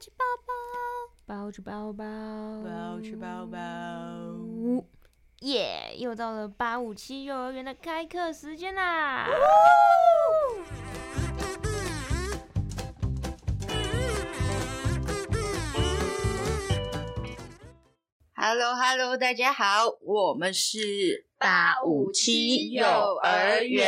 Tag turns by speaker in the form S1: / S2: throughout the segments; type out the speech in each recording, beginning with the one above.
S1: 吃包包，包吃包包，
S2: 包吃包包。
S1: 耶！又到了八五七幼儿园的开课时间啦！
S2: Hello Hello，大家好，我们是
S3: 857
S2: 幼儿园，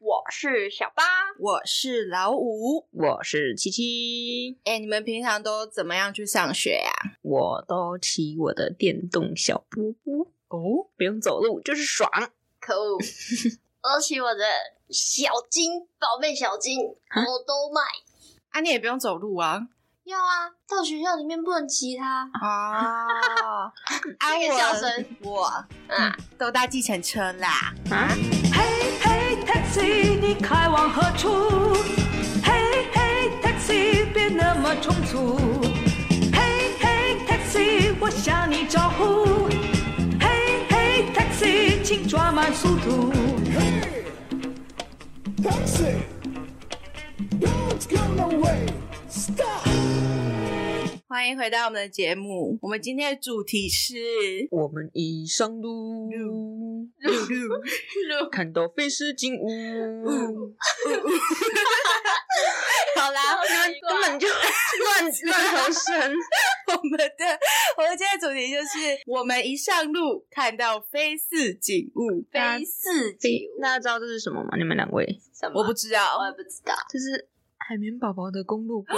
S3: 我是小八，
S2: 我是老五。
S3: 我是七七，
S2: 哎，你们平常都怎么样去上学呀、
S3: 我都骑我的电动小布布，
S2: 哦，
S3: 不用走路就是爽。
S4: 可 恶！而且我的小金宝贝小金我都卖。
S2: 啊，你也不用走路啊。
S4: 要啊，到学校里面不能骑它。
S2: 啊，啊
S4: 这个笑声，
S2: 我我啊
S4: 啊，
S2: 都搭计程车啦。
S5: 嘿，taxi，你开往何处？嘿嘿，taxi，别那么匆促。嘿嘿，taxi，我向你招呼。嘿嘿，taxi，请抓慢速度。
S6: Taxi! Don't go away! Stop!
S2: 欢迎回到我们的节目，我们今天的主题是
S3: 我们已上路，
S2: 露露。
S3: 看到飞狮进
S2: 嗯
S3: 屋，
S2: 好啦，
S4: 你
S3: 根 本就乱乱头声。
S2: 我们的我们今天的主题就是我们一上路看到非似景物，
S4: 非四级
S3: 大家知道这是什么吗？你们两位，
S4: 什么？
S2: 我不知
S4: 我
S2: 道，
S4: 也不知道。
S3: 这是海绵宝宝的 公路龟。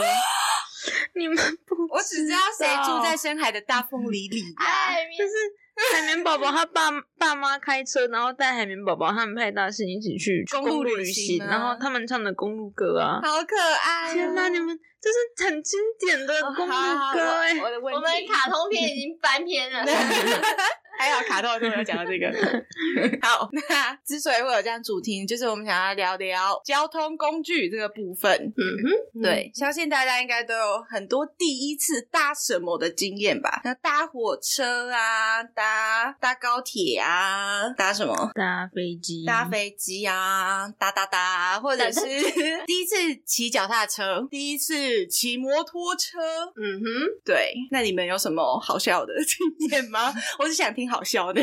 S3: 你们不，
S2: 我只知道谁住在深海的大凤梨里啊呀、
S4: 哎，
S3: 就是 海绵宝宝他爸爸妈开车，然后带海绵宝宝和派大星一起去
S2: 公路
S3: 公路
S2: 旅
S3: 旅
S2: 行啊
S3: 行，
S2: 吗
S3: 然后他们唱的公路歌啊。
S2: 好可爱、哦
S3: 天 哪，你们这是很经典的公路歌哎、
S2: 我的问
S4: 我们
S2: 题。
S4: 卡通片已经翻篇 了。
S2: 还好卡特都没有讲到 这个。好， 那之所以会有这样主题，就是我们想要聊聊交通工具这个部分。
S4: 嗯哼，
S2: 对，相信大家应该都有很多第一次搭什么的经验吧？那搭火车啊，搭搭高铁啊，搭什么？
S3: 搭飞机，
S2: 搭飞机啊，搭搭 搭，或者是第一次骑脚踏车，第一次骑摩托车。
S4: 嗯哼，
S2: 对，那你们有什么好笑的经验 吗？我是想听好笑的。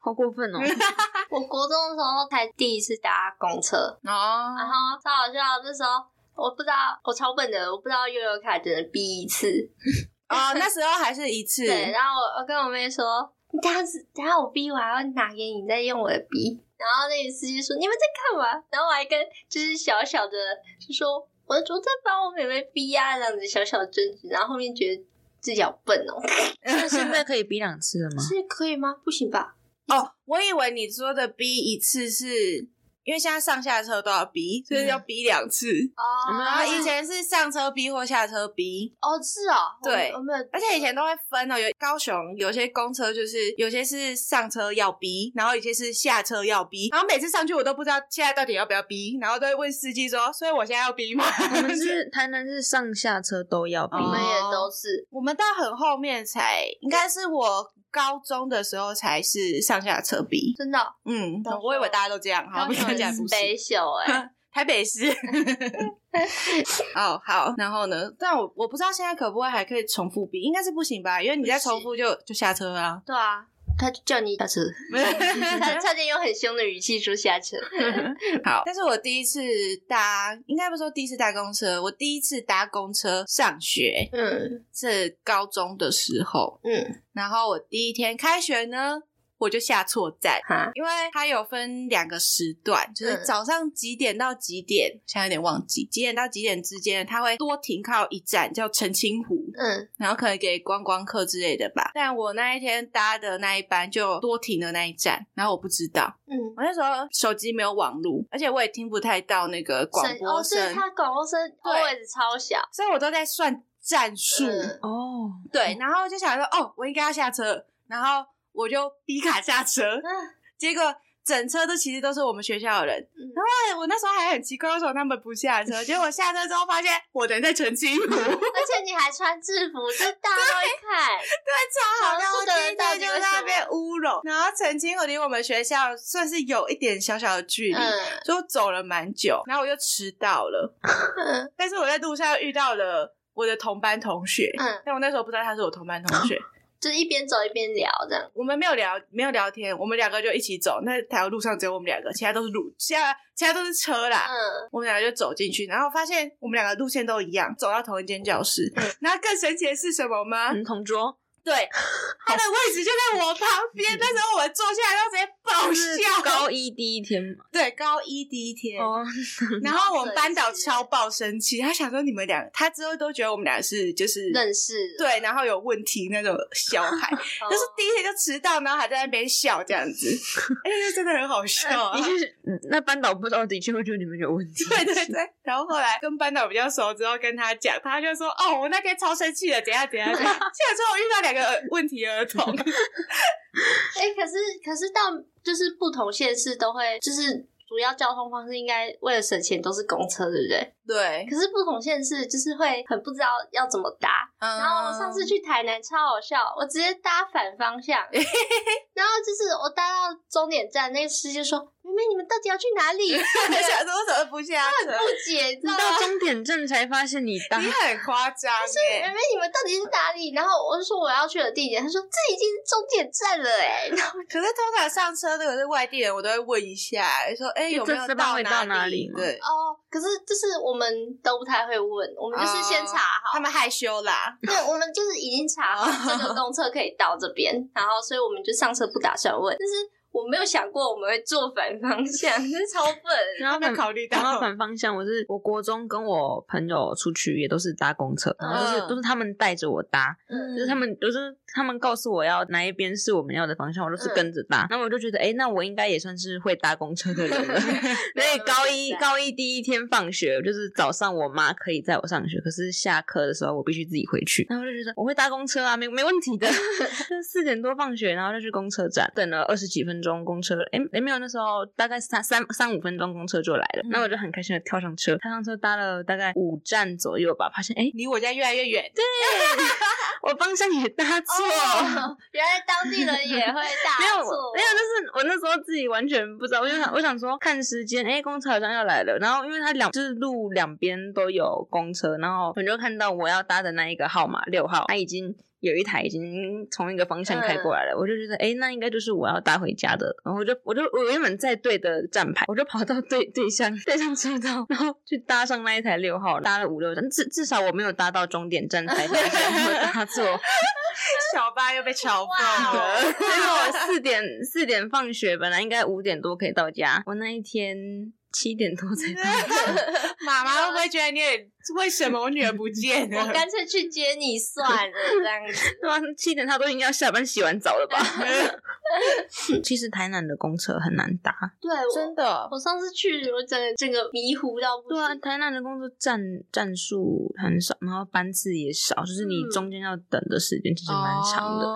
S3: 好过 分哦！
S4: 我国中的时候才第一次搭公车，
S2: 哦
S4: 然后超好笑。那时候我不知道，我超笨的，我不知道悠悠卡只能逼一次。
S2: 哦，那时候还是一次。
S4: 对，然后我呃我跟我妹说，你等下子等下我逼我还要拿给你，再用我的逼。然后那个司机说你们在干嘛？然后我还跟就是小小的就说，我我在帮我妹妹逼呀、啊，这样子小小的争执。然后后面觉得自己好笨哦，
S3: 那现在可以比两次了 吗？
S4: 是可以吗？不行吧？
S2: 哦，我以为你说的逼一次是。因为现在上下车都要逼，所以要逼两次。
S4: 哦，
S3: 我们
S2: 然后以前是上车逼或下车逼，
S4: 哦是哦，我
S2: 对
S4: 我没有，
S2: 而且以前都会分哦，有高雄有些公车就是有些是上车要逼，然后有些是下车要逼，然后每次上去我都不知道现在到底要不要逼，然后都会问司机说，所以我现在要逼 吗？
S3: 我
S4: 嗯
S3: 们是台南是上下车都要比，
S4: 我们
S2: 哦
S4: 也都是，
S2: 我们到很后面才，应该是我高中的时候才是上下车逼。
S4: 真的哦。
S2: 嗯
S4: 高，雄
S2: 我以为大家都这样，好，
S4: 高
S2: 没
S4: 雄
S2: 想起来
S4: 很
S2: 不是。
S4: special 哎，
S2: 台北市。哦，好，然后呢？但我我不知道现在可不可以还可以重复比，应该是不行吧？因为你再重复就就下车啊。
S4: 对啊，他就叫你下车，他差点用很凶的语气说下车。嗯
S2: 好，但是我第一次搭，应该不是说第一次搭公车，我第一次搭公车上学
S4: 嗯
S2: 是高中的时候，
S4: 嗯，
S2: 然后我第一天开学呢，我就下错站。
S4: 哈。
S2: 因为它有分两个时段，就是
S4: 嗯
S2: 早上几点到几点，现在有点忘记，几点到几点之间，它会多停靠一站，叫澄清湖。
S4: 嗯
S2: 然后可能给观光客之类的吧。但我那一天搭的那一班就多停了那一站，然后我不知道，
S4: 嗯，
S2: 我那时候手机没有网路，而且我也听不太到那个广播
S4: 哦，所以
S2: 声，
S4: 它广播声 always 超小，
S2: 所以我都在算战术。
S4: 嗯
S3: 哦，
S2: 对，然后就想说，哦，我应该要下车，然后我就逼卡下车，
S4: 嗯
S2: 结果。整车都其实都是我们学校的人，哎，我那时候还很奇怪，为什么他们不下车？结果下车之后发现我人在澄 清湖，
S4: 而且你还穿制服，这大家都会看，
S2: 超好笑！
S4: 少
S2: 我
S4: 数的
S2: 第一
S4: 人到
S2: 天
S4: 底
S2: 就在
S4: 为
S2: 那
S4: 什
S2: 边乌龙，然后曾经我离我们学校算是有一点小小的距离，
S4: 嗯
S2: 嗯所以我走了蛮久，然后我就迟到了。但是我在路上遇到了我的同班同学，
S4: 嗯，
S2: 但我那时候不知道他是我同班同学。
S4: 就是一边走一边聊这样。
S2: 我们没有聊，没有聊天，我们两个就一起走。那条路上只有我们两个，其他都是路，其他其他都是车啦。
S4: 嗯，
S2: 我们两个就走进去，然后发现我们两个路线都一样，走到同一间教室。然后更神奇的是什么吗？
S3: 嗯，同桌，
S2: 对，他的位置就在我旁边。那时候我坐下来，然后直接爆
S3: 是
S2: 笑。
S3: 高一第一 天嘛。
S2: 对高一第一天，
S3: 哦，
S2: 然后我们班导
S4: 好神奇
S2: 超爆生气，他想说你们俩，他之后都觉得我们俩是就是
S4: 认识，
S2: 对，然后有问题那种小 孩，
S4: 哦，
S2: 就是第一天就迟到，然后还在那边笑这样 子，哎、这真的很好笑、啊
S3: 哦你。是嗯那班导不知道，的确会觉得你们有问题。
S2: 对对对，然后后来跟班导比较熟之后，跟他讲，他就说：“哦，我那天超生气的，怎样怎样。”怎样。现在说我遇到两个呃问题儿童，
S4: 哎、可是可是到就是不同县市都会，就是主要交通方式应该为了省钱都是公车，对不对？
S2: 对，
S4: 可是不同县市就是会很不知道要怎么搭。
S2: 嗯
S4: 然后我 上次去台南超好笑，我直接搭反方向，然后就是我搭到终点站，那个司机就说：“妹妹，你们到底要去哪里？”
S2: 很想说我怎么不下车，
S4: 不解，你知
S3: 你
S4: 道
S3: 到
S4: 吗？
S3: 终点站才发现你搭
S2: 你很夸张
S4: 妹
S2: 耶。
S4: 妹，你们到底是哪里？然后我就说我要去的地点，他说这已经是终点站了哎、然后
S2: 可是通常上车如果是外地人，我都会问一下，说：“哎、有没
S3: 这
S2: 有
S3: 次帮我到哪
S2: 里
S3: 里？”吗
S2: 对，
S4: 哦，可是就是我们都不太会问，我们就是先查好。
S2: 他们害羞啦。
S4: 对，我们就是已经查好这个公车可以到这边，然后所以我们就上车不打算问，但是我没有想过我们会坐反方向，真是超笨。
S3: 然后
S2: 没
S3: 反
S2: 考虑到
S3: 然后反方向，我是我国中跟我朋友出去也都是搭公车，然后就是、
S2: 嗯
S3: 都是他们带着我搭，
S4: 嗯
S3: 就是他们就是他们告诉我要哪一边是我们要的方向，我都是
S4: 嗯
S3: 跟着搭。那、我就觉得，哎，那我应该也算是会搭公车的 人了。所以高一高一第一天放学，就是早上我妈可以载我上学，可是下课的时候我必须自己回去。然后我就觉得我会搭公车啊，没没问 题的。就四点多放学，然后就去公车站，等了二十几分钟公车，哎、诶没有，那时候大概三三三五分钟公车就来了。那
S4: 嗯
S3: 我就很开心的跳上车，跳上车搭了大概五站左右吧，发现哎、诶
S2: 离我家越来越远，
S3: 我方向也搭错。
S4: 哦，原来当地人也会打
S3: 没有，
S4: 错
S3: 没有，就是我那时候自己完全不知道，我就 想，我想说看时间，哎、公车好像要来了。然后因为它两就是路两边都有公车，然后我就看到我要搭的那一个号码六号，它已经有一台已经从一个方向开过来了，我就觉得，哎、那应该就是我要搭回家的。然后我就我就我原本在对的站牌，我就跑到对对向对向车道，然后去搭上那一台六号，搭了五六站，至至少我没有搭到终点站才发现我搭错。
S2: 小巴又被嘲讽
S4: 哇
S2: 了
S4: 哦。
S3: 所以我四点四点放学，本来应该五点多可以到家，我那一天七点多才到家。
S2: 妈妈会不会觉得你也为什么我女儿不见了？
S4: 我干脆去接你算了，这样子。
S3: 对啊，七点他都应该要下班洗完澡了吧？其实台南的公车很难搭。
S4: 对，我
S2: 的
S4: 我上次去，我整个整个迷糊到不
S3: 对啊，
S4: 行。
S3: 台南的公车站站数很少，然后班次也少，就是你
S4: 嗯
S3: 中间要等的时间其实蛮长的。
S2: 的。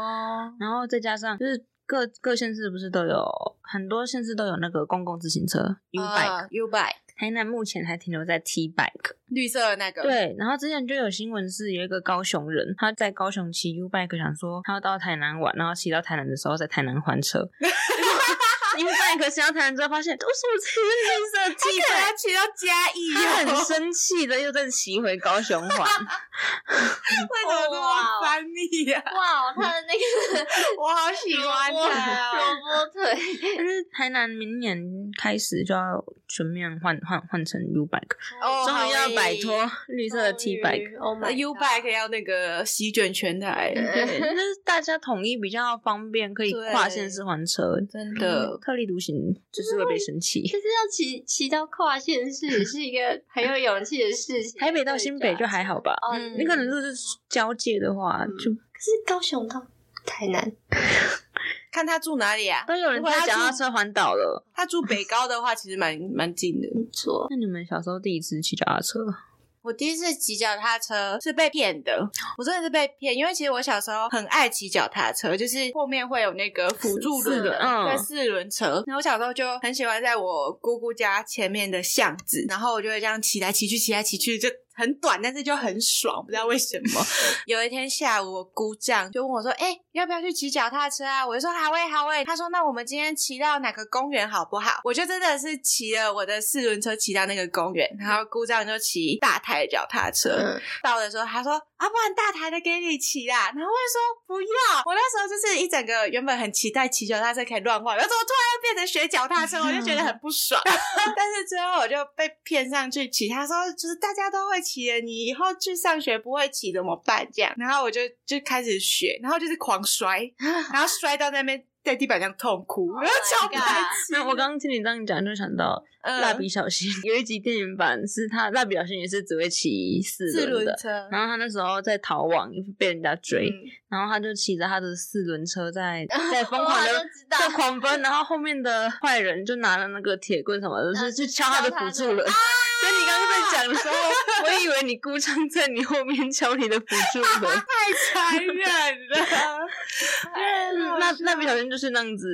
S3: 然后再加上就是各各县市不是都有很多县市都有那个公共自行车 U bike，、
S2: 啊 U bike，
S3: 台南目前还停留在 T bike。
S2: 绿色的那个。，
S3: 对，然后之前就有新闻是有一个高雄人，他在高雄骑 U bike，想说他要到台南玩，然后骑到台南的时候在台南还车。U bike 骑到台南之后，发现为什么这个绿色 T
S2: 可能
S3: bike？
S2: 要骑到嘉义
S3: 他
S2: 哦，
S3: 很生气的，又再骑回高雄 还。
S2: 为什么这
S4: 哦
S2: 么烦你呀？
S4: 哇，他的那个
S2: 我好喜欢
S4: 萝卜
S2: 他哦。
S4: 萝卜腿，
S3: 但是台南明年开始就要全面换换换成 U bike，
S2: 哦
S3: 终于
S2: 好
S3: 要
S2: 耶
S3: 摆脱绿色的 T bike。
S4: Oh my
S2: U
S4: god
S2: bike 要那个席卷全台，
S3: 对，就是大家统一比较方便，可以
S2: 对
S3: 跨县市还车。
S2: 真的。
S3: 特立独行就是会被生气。
S4: 就是要骑骑到跨县市是一个很有勇气的事情。
S3: 台北到新北就还好吧，
S4: 哦，
S2: 嗯
S3: 你可能如果是交界的话，就
S4: 可是高雄到台南，
S2: 看他住哪里啊？
S3: 都有人
S2: 如果他
S3: 在
S2: 住
S3: 脚踏车环岛了。
S2: 他住北高的话，其实蛮蛮近的。
S4: 没错，
S3: 那你们小时候第一次骑脚踏车，
S2: 我第一次骑脚踏车是被骗的，我真的是被骗，因为其实我小时候很爱骑脚踏车，就是后面会有那个辅助轮
S3: 四
S2: 的
S3: 轮，嗯
S2: 对，四轮车。然后我小时候就很喜欢在我姑姑家前面的巷子，然后我就会这样骑来骑去，骑来骑去，就很短，但是就很爽，不知道为什么。有一天下午，我姑丈就问我说：“哎、要不要去骑脚踏车啊？”我就说：“好诶、好诶、他说：“那我们今天骑到哪个公园好不好？”我就真的是骑了我的四轮车骑到那个公园，然后姑丈就骑大台的脚踏车。
S4: 嗯
S2: 到的时候，他说啊，不然大台的给你骑啦。然后我就说不要。我那时候就是一整个原本很期待骑脚踏车可以乱晃，然后怎么突然又变成学脚踏车，我就觉得很不爽。 但是最后我就被骗上去骑，他说就是大家都会骑了，你以后去上学不会骑怎么办？这样，然后我就就开始学，然后就是狂 摔，然后摔到那边在地板上痛哭，
S3: Oh
S2: 我就
S4: my
S2: 超白
S4: god
S2: 痴
S3: 没有，我刚刚听你这样讲，就想到
S2: 嗯
S3: 蜡笔小新、 有一集电影版是他蜡笔小新也是只会骑四
S2: 四
S3: 轮
S2: 轮
S3: 的，
S2: 车。
S3: 然后他那时候在逃亡，被人家追，
S2: 嗯
S3: 然后他就骑着他的四轮车 在在疯
S4: 我
S3: 狂
S4: 好像
S3: 的。
S4: 知道
S3: 在狂奔，然后后面的坏人就拿了那个铁棍什么的，就是去嗯敲他的辅助轮。 所以你刚刚在讲的时候，我以为你故障在你后面敲你的辅助 轮。
S2: 太残忍 了，
S3: 嗯那那笔小新就是那样子，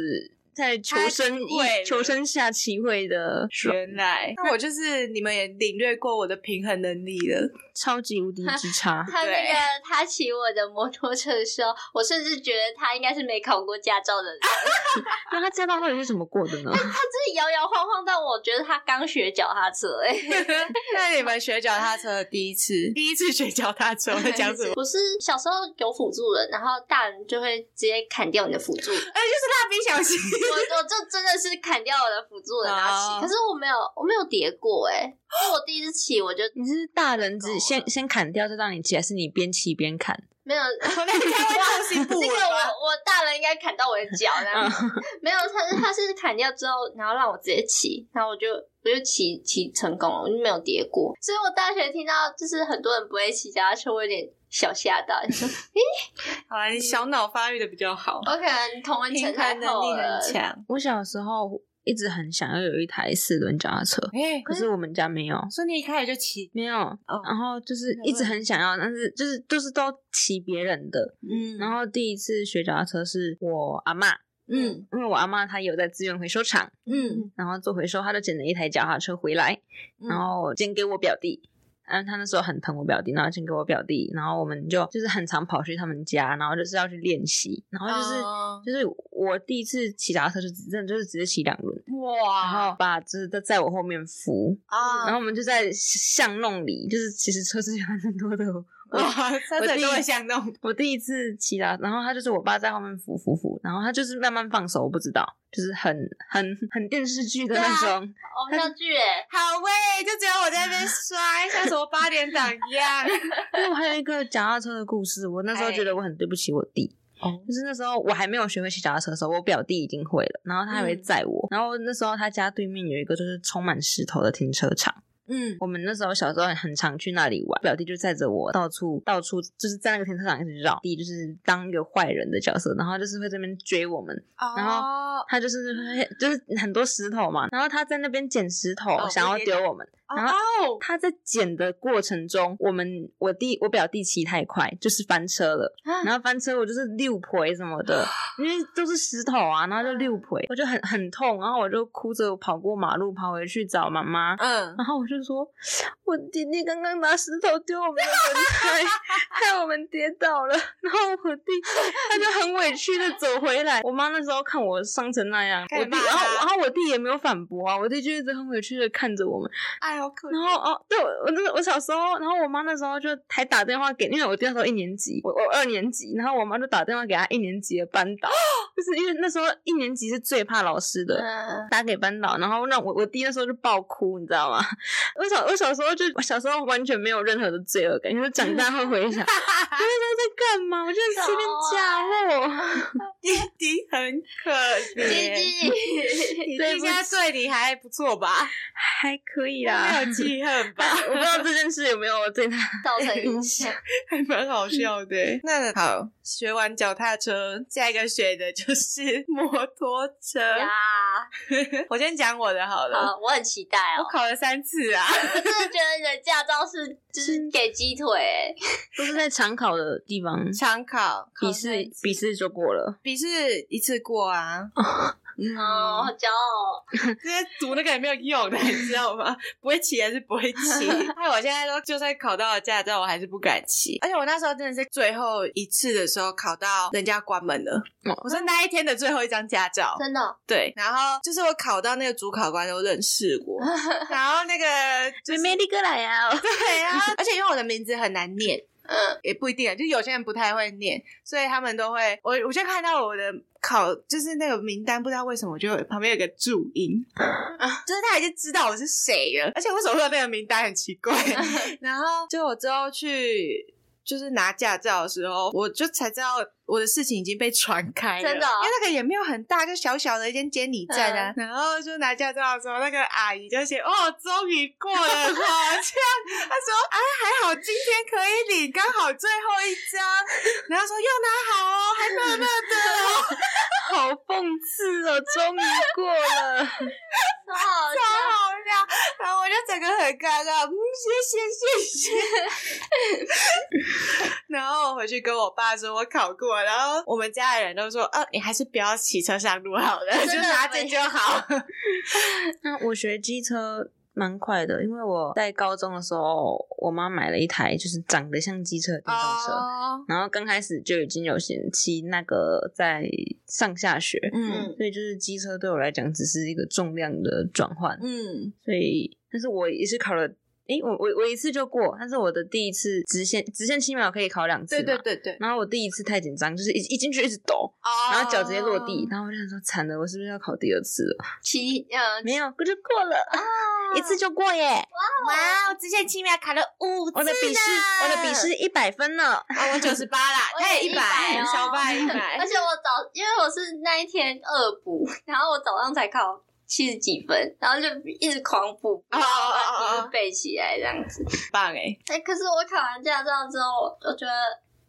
S3: 在求生
S2: 太贵了
S3: 意求生下棋会的爽，
S2: 原来，那我就是你们也领略过我的平衡能力了。
S3: 超级无敌之差。
S4: 他那
S2: 对
S4: 个他骑我的摩托车的时候，我甚至觉得他应该是没考过驾照的人，
S3: 那他驾照到底是怎么过的呢？
S4: 就是摇摇晃晃，但我觉得他刚学脚踏车、欸，
S2: 那你们学脚踏车的第一次， 第一次学脚踏车，我在 讲什么？
S4: 我是小时候有辅助人，然后大人就会直接砍掉你的 辅助，
S2: 哎，就是 蜡笔小新，
S4: 我我就真的是砍掉我的辅助人然后
S2: 哦
S4: 骑，可是我没有我没有叠过、欸，哎，我第一次骑我就
S3: 你是大人只先先砍掉，再让你骑，还是你边骑边砍？
S4: 没有。
S2: 那你太会重新
S4: 这
S2: 不
S4: 个
S2: 稳吧？嗯
S4: 我我大人应该砍到我的脚然后 没有他是他是砍掉之后，然后让我直接骑，然后我就我就骑骑成功了，我就没有跌过。所以我大学听到就是很多人不会骑脚踏车，我有点小吓到， 你说
S2: 好啦，你小脑发育的比较好，
S4: 我可能同温层
S2: 平
S4: 太
S2: 衡能
S4: 厚
S2: 力
S4: 了
S2: 很。强。
S3: 我小时候一直很想要有一台四轮脚踏车，
S2: 哎，
S3: 可是我们家没有，
S2: 所以你一开始就骑，
S3: 没有。然后就是一直很想要，但是就是就是都骑别人的。
S2: 嗯
S3: 然后第一次学脚踏车是我阿嬷，
S2: 嗯
S3: 因为我阿嬷她有在资源回收厂，
S2: 嗯，
S3: 然后做回收，她就捡了一台脚踏车回来，然后捡给我表弟。嗯，他那时候很疼我表弟，然后捡给我表弟，然后我们就就是很常跑去他们家，然后就是要去练习，然后就是、
S2: 哦
S3: 就是我第一次骑脚踏车就只真的就是直接骑两轮，然
S2: 哇
S3: 后把就是在在我后面扶，然
S2: 啊
S3: 后我们就在巷弄里，就是其实车是有很多的。
S2: 哇，三者
S3: 第一
S2: 都会相动，
S3: 我第一次骑啦，然后他就是我爸在后面扶扶扶，然后他就是慢慢放手，我不知道，就是很很很电视剧的那种，
S4: 偶像剧哎，
S2: 好喂，就只有我在那边摔，像什么八点档一样。
S3: 因为我还有一个脚踏车的故事，我那时候觉得我很对不起我弟。就是那时候我还没有学会骑脚踏车的时候，我表弟已经会了，然后他还会载我。然后那时候他家对面有一个就是充满石头的停车场，
S2: 嗯，
S3: 我们那时候小时候很常去那里玩，表弟就载着我到处到处就是在那个停车场一直绕，弟就是当一个坏人的角色，然后就是会这边追我们，
S2: 哦
S3: 然
S2: 后
S3: 他就是会就是很多石头嘛，然后他在那边捡石头、
S2: 哦
S3: 想要丢我们，然后
S2: 哦，
S3: 他在捡的过程中，我们我弟我表弟骑太快，就是翻车了。然后翻车，我就是六婆什么的，因为都是石头啊，然后就六婆，我就很很痛，然后我就哭着跑过马路，跑回去找妈妈。
S2: 嗯，
S3: 然后我就说，我弟弟刚刚拿石头丢我们的轮胎，害我们跌倒了。然后我弟他就很委屈的走回来。我妈那时候看我伤成那样，
S2: 开
S3: 我
S2: 始
S3: 弟，
S2: 骂
S3: 然后
S2: 他
S3: 然后我弟也没有反驳啊，我弟就一直很委屈的看着我们。
S2: 哎，好可
S3: 然
S2: 怜。
S3: 后哦，对我我那个我小时候，然后我妈那时候就还打电话给，因为我那时候一年级，我我二年级，然后我妈就打电话给她一年级的班导， 就是因为那时候一年级是最怕老师的，
S4: 嗯，
S3: 打给班导，然后让我我弟那时候就爆哭，你知道吗？我小我小时候就我小时候完全没有任何的罪恶感，因为长大后回想，我那时 候在干嘛？我就是随便
S2: 啊
S3: 嫁祸。
S2: 弟弟很可
S4: 姐
S2: 怜，
S4: 姐，
S2: 你
S3: 对
S2: 弟
S3: 不
S2: 现在对你还不错吧？
S3: 还可以
S2: 没
S3: 啦
S2: 有。记恨吧？
S3: 我不知道这件事有没有对他
S4: 造成影 响。
S2: 还蛮好笑的欸。 那好，学完脚踏车，下一个学的就是摩托车。
S4: 呀，
S2: 嗯我先讲我的好了，
S4: 啊好，我很期待
S2: 我
S4: 哦！
S2: 考了三次啊。
S4: 我真的觉得你的驾照是就是给鸡腿欸，
S3: 都是在常考的地 方，
S2: 常考
S3: 笔试笔试就过了。
S2: 笔试一次过啊，
S4: 哦，好骄傲。
S2: 这些读那个也没有用的，你知道吗？ 不会骑还是不会骑。害我现在都就算考到了驾照，我还是不敢骑。而且我那时候真的是最后一次的时候考到人家关门了，
S3: 哦
S2: 我是那一天的最后一张驾 照。
S4: 哦真的，
S2: 对，然后就是我考到那个主考官都认识我，然后那个
S3: 妹妹立刻来 啊！
S2: 对啊， 而且因为我的名字很难念，
S4: 嗯，
S2: 也不一定啊，就有些人不太会念，所以他们都会，我我就看到我的考就是那个名单，不知道为什么我就有旁边有个注音，
S4: 啊
S2: 就是他已经知道我是谁了，而且为什么会有那个名单很奇怪。
S4: 嗯
S2: 然后就我之后去就是拿驾照的时候，我就才知道我的事情已经被传开了，
S4: 真的哦嗯
S2: 因为那个也没有很大，就小小的一间监理站啊。然后就拿驾照的时候，那个阿姨就写 哦，终于过 了，好像她说啊，还好今天可以领，刚好最后一张。 然后说又拿好哦，还热热的哦。
S3: 好讽刺哦，终于过了。
S4: 好好
S2: 超好 笑，然后我就整个很尴尬，嗯，谢谢谢谢。 然后我回去跟我爸说我考过，然后我们家的人都说，呃，你还是不要骑车上路好了，
S4: 真的
S2: 就拿着就好。
S3: 那我学机车蛮快的，因为我在高中的时候，我妈买了一台就是长得像机车的电动车。
S2: 哦，
S3: 然后刚开始就已经有先骑那个在上下学，
S2: 嗯
S3: 所以就是机车对我来讲只是一个重量的转换，
S2: 嗯，
S3: 所以但是我也是考了，诶，我我我一次就过，但是我的第一次直线直线七秒可以考两
S2: 对
S3: 次嘛，
S2: 对对对，
S3: 然后我第一次太紧张，就是一一进去一直抖，
S2: 哦
S3: 然后脚直接落地，然后我就想说惨了，我是不是要考第二次了？
S4: 奇，呃，
S3: 没有，我就过了，一次就过耶！
S2: 哇，
S3: 哦
S2: 我之前七秒考了五次，
S3: 我的笔试，我的笔试一百分呢。
S2: 啊，我九十八啦，
S4: 我
S2: 他
S4: 也
S2: 也一
S4: 100
S2: 百，
S4: 哦
S2: 小 爸一百
S4: 而，且我早，因为我是那一天恶补，然后我早上才考七十几分，然后就一直狂补，
S2: 哦
S4: 然
S2: 哦
S4: 后
S2: 哦
S4: 把
S2: 哦
S4: 题目背起来这样子。
S2: 棒哎，
S4: 哎、可是我考完驾照之后，我觉得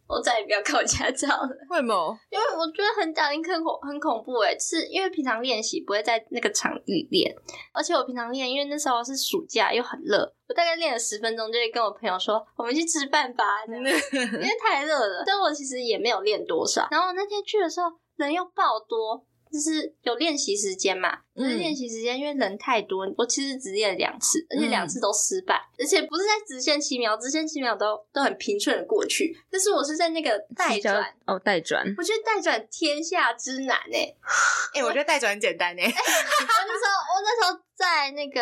S4: 我再也不要考驾照了，
S2: 会 吗？
S4: 因为我觉得很打很恐很恐怖哎、是因为平常练习不会在那个场地练，而且我平常练，因为那时候是暑假又很热，我大概练了十分钟就会跟我朋友说，我们去吃饭吧，这样
S2: 嗯
S4: 因为太热了。但我其实也没有练多少。然后我那天去的时候人又爆多，就是有练习时间嘛。可是
S2: 嗯
S4: 练习时间因为人太多，我其实只练了两次，而且
S2: 嗯
S4: 两次都失败，而且不是在直线七秒，直线七秒都都很平顺的过去。但是我是在那个带
S3: 交
S4: 转，
S3: 哦，带转，
S4: 我觉得带转天下之难哎、
S2: 哎，我觉得带转很简单 哎，
S4: 我那时候，我那时候在那个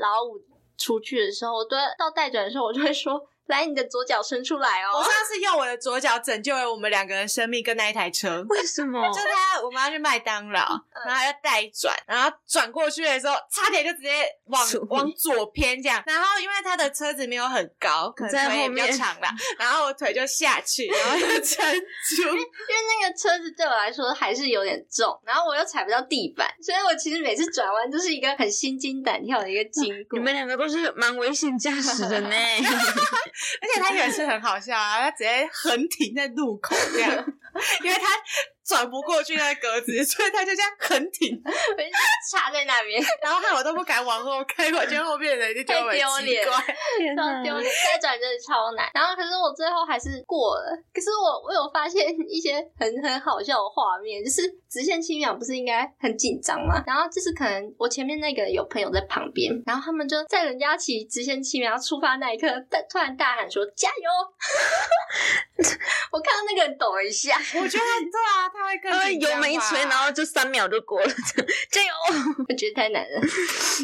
S4: 老五出去的时候，我都会到带转的时候，我就会说：“来，你的左脚伸出来哦。
S2: 我上次用我的左脚拯救了我们两个人生命跟那一台车。嗯
S3: 为什么？
S2: 就他，我们要去麦当劳，然后他就带转，然后转过去的时候，差点就直接往
S3: 出
S2: 往左偏这样。然后因为他的车子没有很高，可能
S3: 在
S2: 腿也
S3: 后
S2: 比较
S3: 面
S2: 长啦，然后我腿就下去，然后就撑住。
S4: 因为那个车子对我来说还是有点重，然后我又踩不到地板，所以我其实每次转弯都是一个很心惊胆跳的一个经过
S3: 你。们两个都是蛮危险驾驶 的呢。
S2: 而且他也是很好笑啊，他直接横停在路口这样，因为他转不过去那个格子，所以他就这样横停。
S4: 我一直插在那边，
S2: 然后害我都不敢往后开，我觉得后面的人就觉得我很
S4: 太丢
S2: 奇
S4: 脸
S2: 怪。
S3: 天
S4: 超丢
S3: 哪！
S4: 脸，再转真的超难。然后可是我最后还是过了，可是我我有发现一些很很好笑的画面，就是直线七秒不是应该很紧张吗？然后就是可能我前面那个有朋友在旁边，然后他们就在人家骑直线七秒要出发那一刻，大突然大喊说加油！ 我看到那个人抖了一下，
S2: 我觉得他对啊，他会更
S3: 他会
S2: 紧张
S3: 油门一
S2: 吧
S3: 吹，然后就三秒就过了，加油！
S4: 我觉得太难了。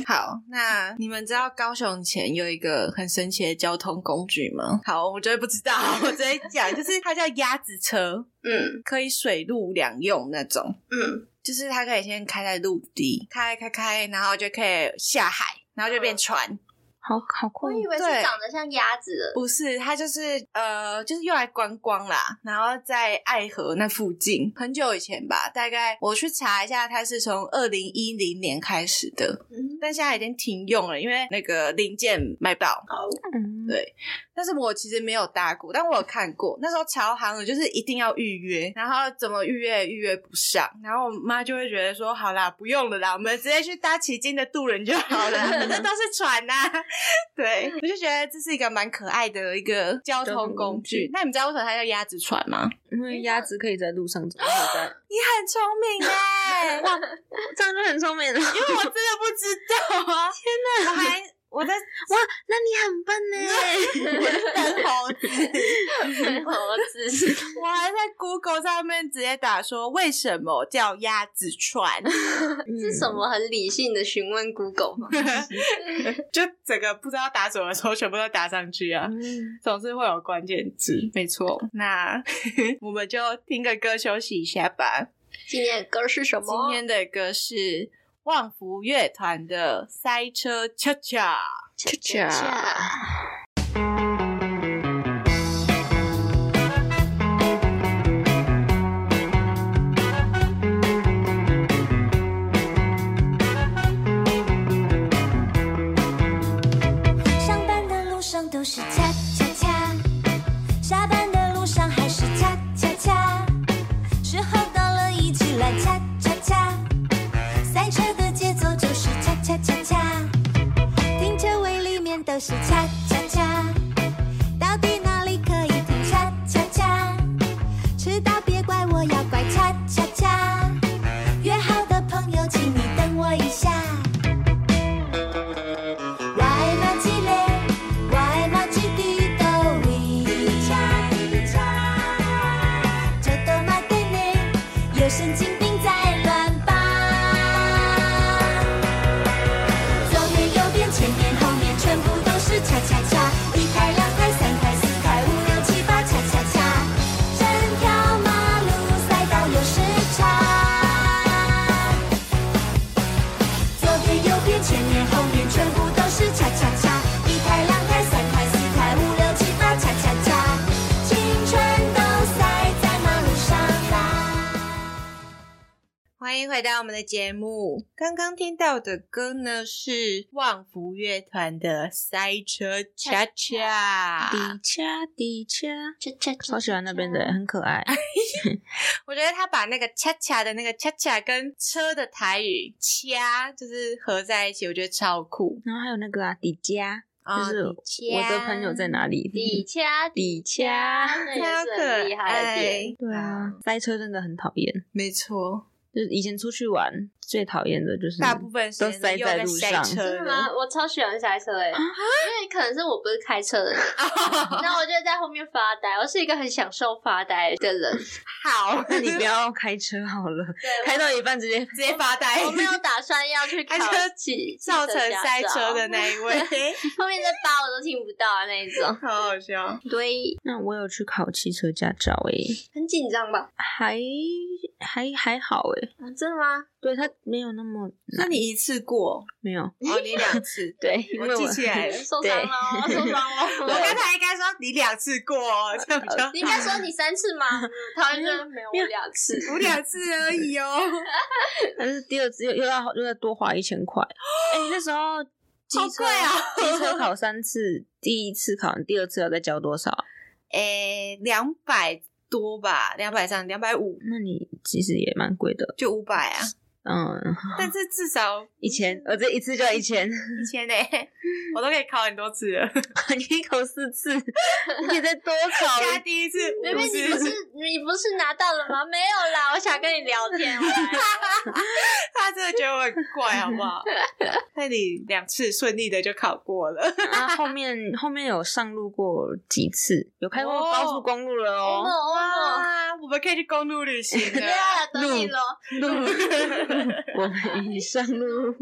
S2: 好，那你们知道高雄以前有一个很神奇的交通工具吗？好，我觉得不知道，我直接讲，就是它叫鸭子车，
S4: 嗯
S2: 可以水陆两用那种，
S4: 嗯，
S2: 就是它可以先开在陆地，开开开，然后就可以下海，然后就
S3: 嗯
S2: 变船。
S3: 好好
S4: 我
S3: 酷
S4: 以为是
S2: 对
S4: 长得像鸭子的，
S2: 不是，它就是呃，就是用来观光啦。然后在爱河那附近，很久以前吧，大概我去查一下，它是从二零一零年开始的，
S4: 嗯
S2: 但现在已经停用了，因为那个零件买不到。
S4: 哦，
S3: 嗯
S2: 对但是我其实没有搭过，但我有看过。那时候超行的，就是一定要预约，然后怎么预约也预约不上，然后我妈就会觉得说：“好啦，不用了啦，我们直接去搭旗津的渡人就好了， 反正都是船呐、对，我就觉得这是一个蛮可爱的一个交通工具。那你们知道为什么它叫鸭子船吗？
S3: 因为鸭子可以在路上走，然后在
S2: 你很聪明哎、 哇，
S3: 这样就很聪 明了。
S2: 因为我真的不知道啊！ 天哪，我还我在
S3: 哇，那你很笨呢！
S2: 等猴 子。
S4: 猴子，
S2: 我还在 Google 上面直接打说为什么叫鸭子船，
S3: 嗯
S4: 是什么很理性的询问 Google 吗？
S2: 就整个不知道打什么的时候全部都打上去啊，总是会有关键字，没错。 那我们就听个歌休息一下吧。
S4: 今天的歌是什
S2: 今
S4: 么？
S2: 天的歌是旺福乐团的《塞车恰恰》。
S3: 恰恰
S4: 啊
S7: 上班的路上都是恰恰恰，下班的路上还是恰恰恰。时候到了，一起来恰恰恰。赛车的节奏就是恰恰恰恰，停车位里面都是恰恰恰。到底哪里可以停恰恰恰？迟到别怪我，要怪恰恰恰。约好的朋友，请你等我一下。来嘛起来，来嘛起滴都里，这都嘛给你，有神经病在乱扒。左边右边前面后面全部都是恰恰恰，一台两台三台四台五六七八恰恰恰，整条马路赛道有时差。左边、右边、前面、后面，全部都是恰恰恰。一台、两台、三台、四台、五六七八，恰恰恰。青春都塞在马路上啦。
S2: 欢迎回到我们的节目。刚刚听到的歌呢是旺福乐团的《塞车恰恰》。
S3: 底恰底恰，
S4: 恰恰恰
S3: 超喜欢那边的，很可 爱。
S2: 我觉得他把那个恰恰的那个恰恰跟车的台语掐就是合在一起，我觉得超酷。
S3: 然后还有那个啊，底加，
S2: 啊
S3: 就是
S4: 底
S3: 我
S4: 加
S3: 的朋友在哪里？
S4: 底掐
S3: 底
S4: 掐
S3: 加，，
S4: 啊那
S2: 超
S4: 也是
S2: 可
S4: 很厉害的点。
S2: 爱，
S3: 对啊，塞车真的很讨厌。
S2: 哎没错，
S3: 就是以前出去玩最讨厌的就是
S2: 大部分时
S3: 都
S2: 间
S3: 塞
S2: 又
S3: 在
S2: 在
S3: 路
S2: 塞
S3: 上，
S2: 车
S4: 嗯真的吗？我超喜欢塞车诶、欸因为可能是我不是开车 的人，然后我就在后面发呆。我是一个很享受发呆的人，
S2: 好，
S3: 那你不要开车好了，开到一半直接
S2: 直接发呆，
S4: 我没有打算要去考
S2: 开车
S4: 汽
S2: 造成
S4: 汽驾
S2: 塞车
S4: 照
S2: 的那一位，
S4: 后面再扒我都听不到啊那一种。
S2: 好好笑。
S4: 对，
S3: 那我有去考汽车驾照诶、
S4: 很紧张吧？
S3: 还还还好诶、
S4: 啊真的吗？
S3: 对它没有那么
S2: 那你一次 过？
S3: 没有。
S2: 哦，你两次
S3: 对， 因为
S2: 我记起 来了。
S4: 受伤了哦，受伤
S2: 我
S4: 了。呃
S2: 刚才应该说你两次过哦，这样比较
S4: 你应该说你三次 吗？嗯他会说没有
S3: 没有
S4: 我两次。
S2: 我两次而已哦。
S3: 但是第二次又又要又要多花一千块。哎、那时候机
S2: 好
S3: 车
S2: 贵啊
S3: 机车考三次，第一次考完，第二次要再交多少？啊
S2: 诶，两百多吧，两百上两百五
S3: 那你其实也蛮贵的，
S2: 就五百啊，
S3: 嗯，
S2: 但是至少
S3: 一千，我这一次就要一千，
S2: 一千呢，我都可以考很多次了。
S3: 你考四次，你可以再多 考
S2: 加
S3: 一
S2: 第一次
S4: 妹妹，
S2: 五
S4: 你不
S2: 十，
S4: 是你不是拿到了吗？没有啦，我想跟你聊天。我来
S2: 他真的觉得我很怪，好不好？那你两次顺利的就考过了，
S3: 啊，后面后面有上路过几次，有开过高速公路了
S4: 欧梦，。欧
S3: 哦
S4: 梦，
S2: 哇，我们可以去公路旅行
S4: 对
S2: 了。
S4: 啊，等你
S3: 路
S4: 喽。
S3: 路，我们上路，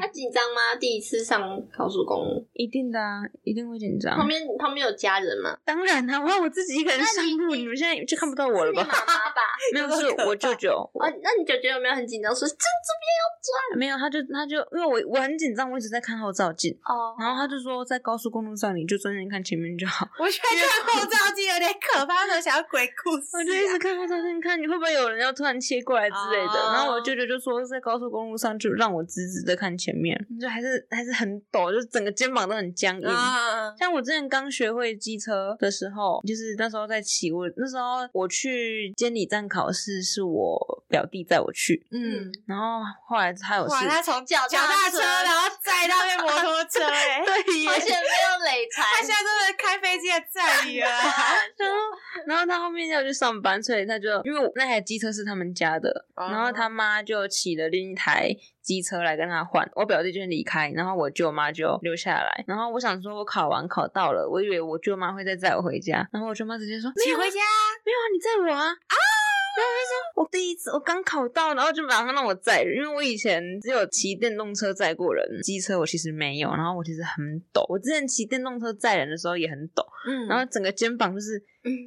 S4: 他紧张吗？第一次上高速公路，
S3: 一定的啊，一定会紧
S4: 旁
S3: 张。
S4: 边旁边有家人吗？
S3: 当然啦、哇，我自己一个人上路，你们现在就看不到我
S4: 是
S3: 了
S4: 你妈
S3: 吧？
S4: 妈吧？
S3: 没有，
S2: 有
S3: 是
S2: 多可
S3: 我舅舅，
S4: 哦，那你姐姐有没有很紧张？说这这
S3: 没有，他就他就因为我我很紧张，我一直在看后照镜，
S4: 边要转哦。
S3: 然后他就说在高速公路上你就专心看前面就好。
S2: 我觉得看后照镜有点可怕，我想要鬼故事啊。
S3: 我就一直看后照镜，看你会不会有人要突然切过来之类的。
S2: 哦
S3: 然后我舅舅就说在高速公路上就让我直直的看前面，就还是还是很陡，就是整个肩膀都很僵硬。
S2: 嗯啊，
S3: 像我之前刚学会机车的时候，就是那时候在骑，我那时候我去监理站考试，是我表弟载我去，
S2: 嗯，
S3: 然后后来他有事，
S2: 哇，他从
S4: 脚
S2: 脚踏
S4: 踏
S2: 车，然后载到变摩托车，哎，
S3: 对耶
S4: 而，且没有累残，
S2: 他现在真的开飞机的载你了。
S3: 然后然后他后面要去上班，所以他就因为我那台机车是他们家的，然后
S2: 哦
S3: 他妈就骑了另一台机车来跟他换，我表弟就离开，然后我舅妈就留下来。然后我想说，我考完考到了，我以为我舅妈会再载我回家，然后我舅妈直接说：“没
S2: 骑
S3: 有啊
S2: 回家，
S3: 没有啊，你载我啊！”啊！然后我就说，我第一次，我刚考到，然后就马上让我载人，因为我以前只有骑电动车载过人，机车我其实没有。然后我其实很抖，我之前骑电动车载人的时候也很抖，
S2: 嗯
S3: 然后整个肩膀就是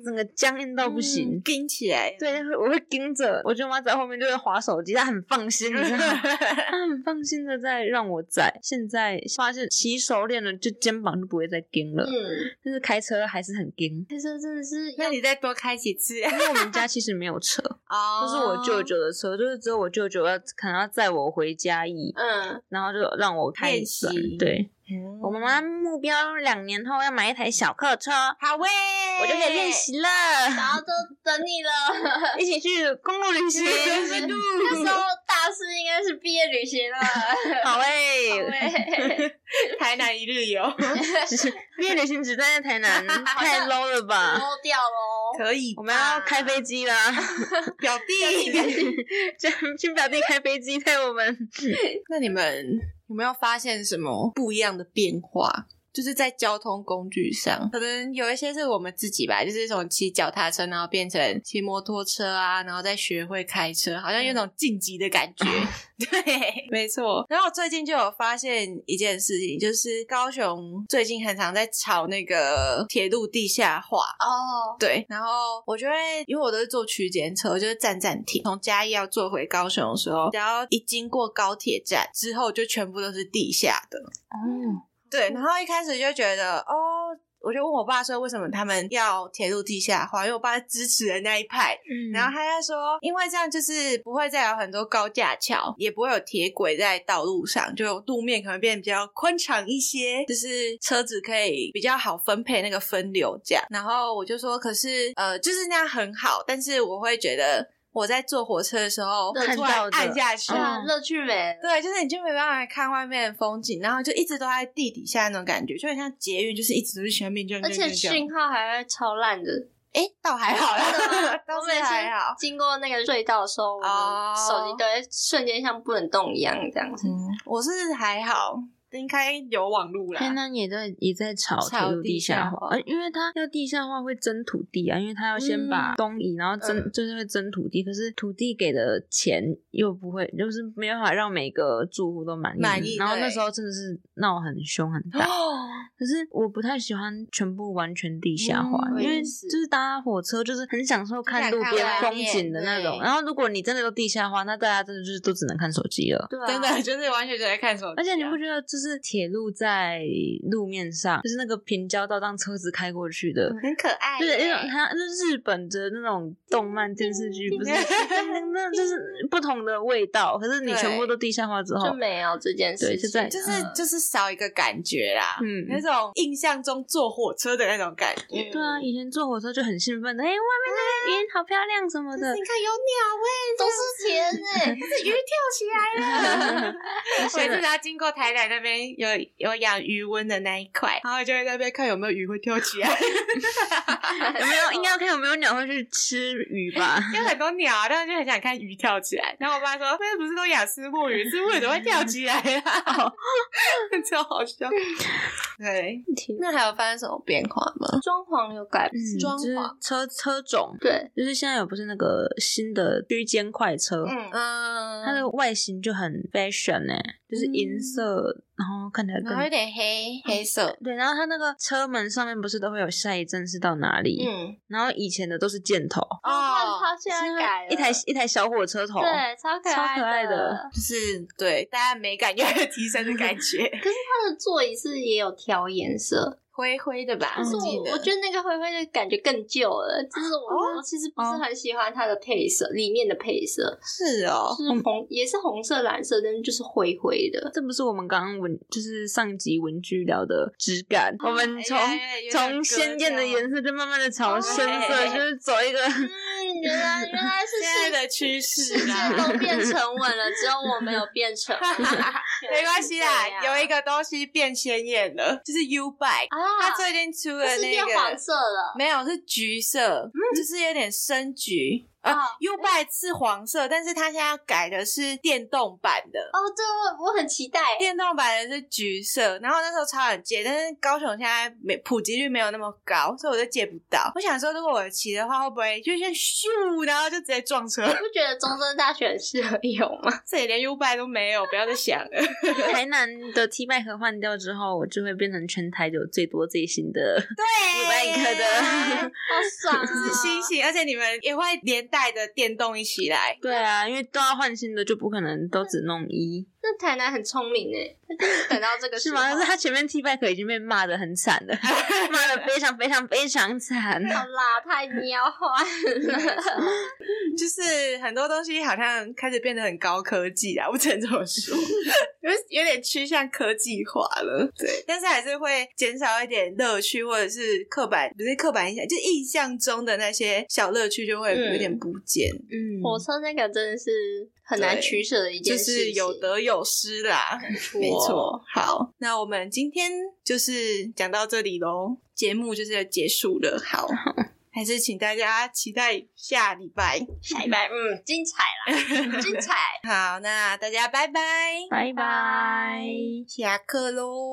S3: 整个僵硬到不行。
S2: 顶起来，
S3: 对，会我会盯着，我舅妈在后面就会划手机，她很放心，你知道吗？她很放心的在让我载。现在发现骑熟练了，就肩膀就不会再盯了，
S4: 嗯，
S3: 但是开车还是很盯。
S4: 他说真的是
S2: 那
S4: 要
S2: 你再多开几 次
S3: 因为我们家其实没有车，
S2: 哦
S3: 都是我舅，舅的车，就是只有我舅舅要可能要载我回嘉义，
S4: 嗯，
S3: 然后就让我开
S2: 练
S3: 车
S2: 习。
S3: 对，
S2: 嗯
S3: 我妈妈目标两年后要买一台小客车，
S2: 好喂，
S3: 我就可以练习了，
S4: 然后都等你了。
S3: 一起去公路旅行。
S4: 那时候大四应该是毕业旅行了，
S3: 好 哎、
S4: 对，
S2: 台南一日游，
S3: 只是 毕业旅行只待在台南，太
S4: 像
S3: low 了吧？
S4: 漏掉喽。
S2: 可以吧。
S3: 我们要开飞机啦！
S2: 表弟，
S3: 这样请表弟开飞机带我们。
S2: 那你们有没有发现什么不一样的变化？就是在交通工具上，可能有一些是我们自己吧，就是从骑脚踏车，然后变成骑摩托车啊，然后再学会开车，好像有种晋级的感觉。对，没错。然后我最近就有发现一件事情，就是高雄最近很常在炒那个铁路地下化，
S4: 哦，
S2: 对，然后我就会，因为我都是坐区间车，我就是站站停。从嘉义要坐回高雄的时候，只要一经过高铁站之后，就全部都是地下的。
S3: 哦，
S2: 对，然后一开始就觉得，哦，我就问我爸说，为什么他们要铁路地下化？因为我爸是支持的那一派。
S3: 嗯
S2: 然后他就说，因为这样就是不会再有很多高架桥，也不会有铁轨在道路上，就路面可能变得比较宽敞一些，就是车子可以比较好分配那个分流这样。然后我就说，可是呃，就是那样很好，但是我会觉得我在坐火车的时候，
S3: 看
S2: 会突然
S3: 到的哦
S2: 按下去
S4: 对。啊，乐趣没了。
S2: 对，就是你就没办法看外面的风景，然后就一直都在地底下那种感觉，就很像捷运，就是一直都是前面就
S4: 而且讯号还会超烂的，
S2: 哎，倒还好 啦，
S4: 我
S2: 倒
S4: 每
S2: 是还好
S4: 次。经过那个隧道的时候，我的手机都会瞬间像不能动一样这样子。
S2: 嗯，我是还好，应该有网路啦。
S3: 台南也在也在炒铁
S2: 炒
S3: 路
S2: 地
S3: 地
S2: 下
S3: 下
S2: 化
S3: 化，呃因为它要地下化会争土地啊，因为它要先把东移，然后争、
S4: 嗯
S3: 就是会争土地，可是土地给的钱又不会，就是没办法让每个住户都满意。
S2: 满意
S3: 然后
S2: 对
S3: 那时候真的是闹很凶很大，可是我不太喜欢全部完全地下化，
S2: 嗯
S3: 因
S4: 我
S3: 为
S4: 也是
S3: 就是搭火车就是很享受看路
S2: 就
S3: 边
S2: 想看
S3: 风
S2: 外面
S3: 景的那种，
S4: 对
S3: 然后如果你真的都地下化，那大家真的就是都只能看手机了。
S4: 对啊，
S2: 真的就是完全就在看手机啊、
S3: 而且你不觉得，就是铁路在路面上，就是那个平交道让车子开过去的，
S2: 很可爱
S3: 就是
S2: 耶
S3: 那种它就是日本的那种动漫电视剧，不是那 那就是不同的味道。可是你
S2: 对
S3: 全部都地下化之
S4: 就
S3: 后，
S4: 没有这件事
S3: 哦对
S4: 情，
S3: 就在
S2: 就是就是少一个感觉啦，
S3: 嗯
S2: 那种印象中坐火车的那种感觉。
S4: 嗯啊
S3: 对啊，以前坐火车就很兴奋的，哎，外面那个云好漂亮什么的
S2: 你。看有鸟
S4: 都是钱哎，
S2: 喂，所以就是要经过台南那边有有养鱼温的那一块，然后就会在那边看有没有鱼会跳起来，
S3: 有 没有应该要看有没有鸟会去吃鱼吧？
S2: 有很多鸟啊，但是就很想看鱼跳起来。然后我爸说：“那不是都养丝木鱼，丝木鱼怎么会跳起来啊？” 超好笑。对，
S4: 嗯
S2: 那还有发生什么变化吗？
S4: 装潢有改
S3: 嗯，
S2: 装
S3: 就是
S2: 潢
S3: 车车种，
S4: 对，
S3: 就是现在有不是那个新的区间快车，
S4: 嗯
S2: 嗯，
S3: 它的外形就很 fashion 呢、就是银色，然后看起来
S2: 然后有
S3: 更
S2: 点黑黑色，
S3: 对。然后它那个车门上面不是都会有下一站是到哪里？
S2: 嗯，
S3: 然后以前的都是箭头，
S4: 哦，他现在改了
S3: 一台一台小火车头，
S4: 对，超可
S3: 超可爱
S4: 的
S3: 的。
S2: 就是对大家美感越来越提升的感觉。
S4: 它的座椅是也有调颜色，
S2: 灰灰的吧，
S4: 但是
S2: 记
S4: 嗯我我觉得那个灰灰的感觉更旧了，就是我我其实不
S3: 哦
S4: 是很喜欢它的配色，里面的配色
S2: 是哦，
S4: 就是红，也是红色、蓝色，但是就是灰灰的。
S3: 这不是我们刚刚文，就是上集文具聊的质感。我们从
S2: 哎呀有点
S3: 从鲜艳的
S2: 格调哦
S3: 颜色，就慢慢的朝深色，
S2: 哎
S3: 就是走一个。
S4: 嗯，原来原来 是
S2: 现在
S4: 世
S2: 的趋势
S4: 世界
S2: 啦。
S4: 都变沉稳了，只有我没有变 沉稳。
S2: 没关系啦，有一
S4: 个
S2: 个东西变鲜艳了，就是 U Bike，
S4: 啊，
S2: 它最近出
S4: 不
S2: 了
S4: 是
S2: 那
S4: 变
S2: 个
S4: 黄色了，
S2: 没有是橘色，就是有点深橘。啊
S4: 哦
S2: ，U Bike 是黄色，但是它现在要改的是电动版的。
S4: 哦，这我我很期待。
S2: 电动版的是橘色，然后那时候超想借，但是高雄现在没普及率没有那么高，所以我就借不到。我想说，如果我骑的话，会不会就先咻，然后就直接撞车？
S4: 你不觉得中正大学很适合有吗？
S2: 这里连 U bike 都没有，不要再想了。
S3: 台南的 T 麦盒换掉之后，我就会变成全台有最多最新 的 U
S2: 对
S3: bike 的。
S4: 好爽 啊！
S2: 是星星，而且你们也会连带的电动一起来。
S3: 对啊，因为都要换新的，就不可能都只弄 一，
S4: 那台南很聪明哎，他就是等到这个
S3: 是
S4: 时
S2: 啊
S3: 吗？
S4: 候
S3: 但是他前面 T bike 已经被骂的很惨 了，骂的非常非常非常惨。
S4: 好啦，太喵化 了。
S2: 就是很多东西好像开始变得很高科技啊，我只能这么 说，有有点趋向科技化了。对，但是还是会减少一点乐趣，或者是刻板，不是刻板印象，就印象中的那些小乐趣就会有点不见，
S3: 嗯，
S4: 火车那个真的是很难取舍的一件
S2: 就
S4: 事情，
S2: 是有得有失啦。没错，好，那我们今天就是讲到这里喽，节目就是要结束了。 好，还是请大家期待下礼拜。
S4: 下一拜，嗯，精彩啦，精彩。
S2: 好，那大家拜拜，
S3: 拜拜。
S2: 下课喽。